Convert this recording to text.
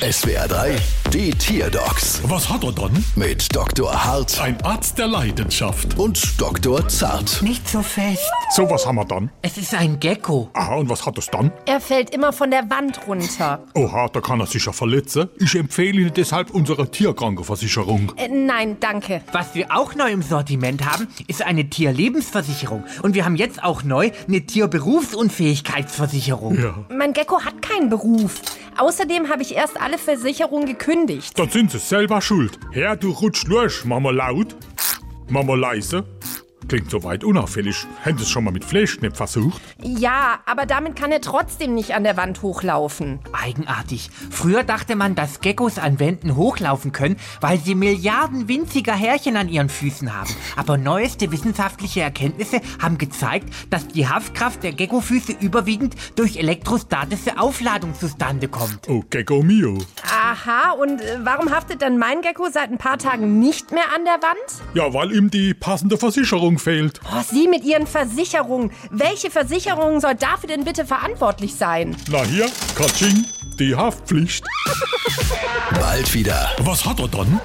SWR 3, die Tierdocs Was hat er dann? mit Dr. Hart Ein Arzt der Leidenschaft. und Dr. Zart. Nicht so fest. So, was haben wir dann? Es ist ein Gecko. Aha, und was hat es dann? Er fällt immer von der Wand runter. Oha, da kann er sich ja verletzen. Ich empfehle Ihnen deshalb unsere Tierkrankenversicherung. Äh, nein, danke. Was wir auch neu im Sortiment haben, ist eine Tierlebensversicherung. Und wir haben jetzt auch neu eine Tierberufsunfähigkeitsversicherung. Ja. Mein Gecko hat keinen Beruf. Außerdem habe ich erst alle Versicherungen gekündigt. Dann sind Sie selber schuld. Herr, du rutsch durch. Mama laut, Mama leise. Klingt soweit unauffällig. Hätten Sie es schon mal mit Fleischknepp versucht? Ja, aber damit kann er trotzdem nicht an der Wand hochlaufen. Eigenartig. Früher dachte man, dass Geckos an Wänden hochlaufen können, weil sie Milliarden winziger Härchen an ihren Füßen haben. Aber neueste wissenschaftliche Erkenntnisse haben gezeigt, dass die Haftkraft der Geckofüße überwiegend durch elektrostatische Aufladung zustande kommt. Oh, Gecko mio. Aha, und äh, warum haftet dann mein Gecko seit ein paar Tagen nicht mehr an der Wand? Ja, weil ihm die passende Versicherung fehlt. Oh, Sie mit Ihren Versicherungen. Welche Versicherung soll dafür denn bitte verantwortlich sein? Na hier, Katsching, die Haftpflicht. Bald wieder. Was hat er dann?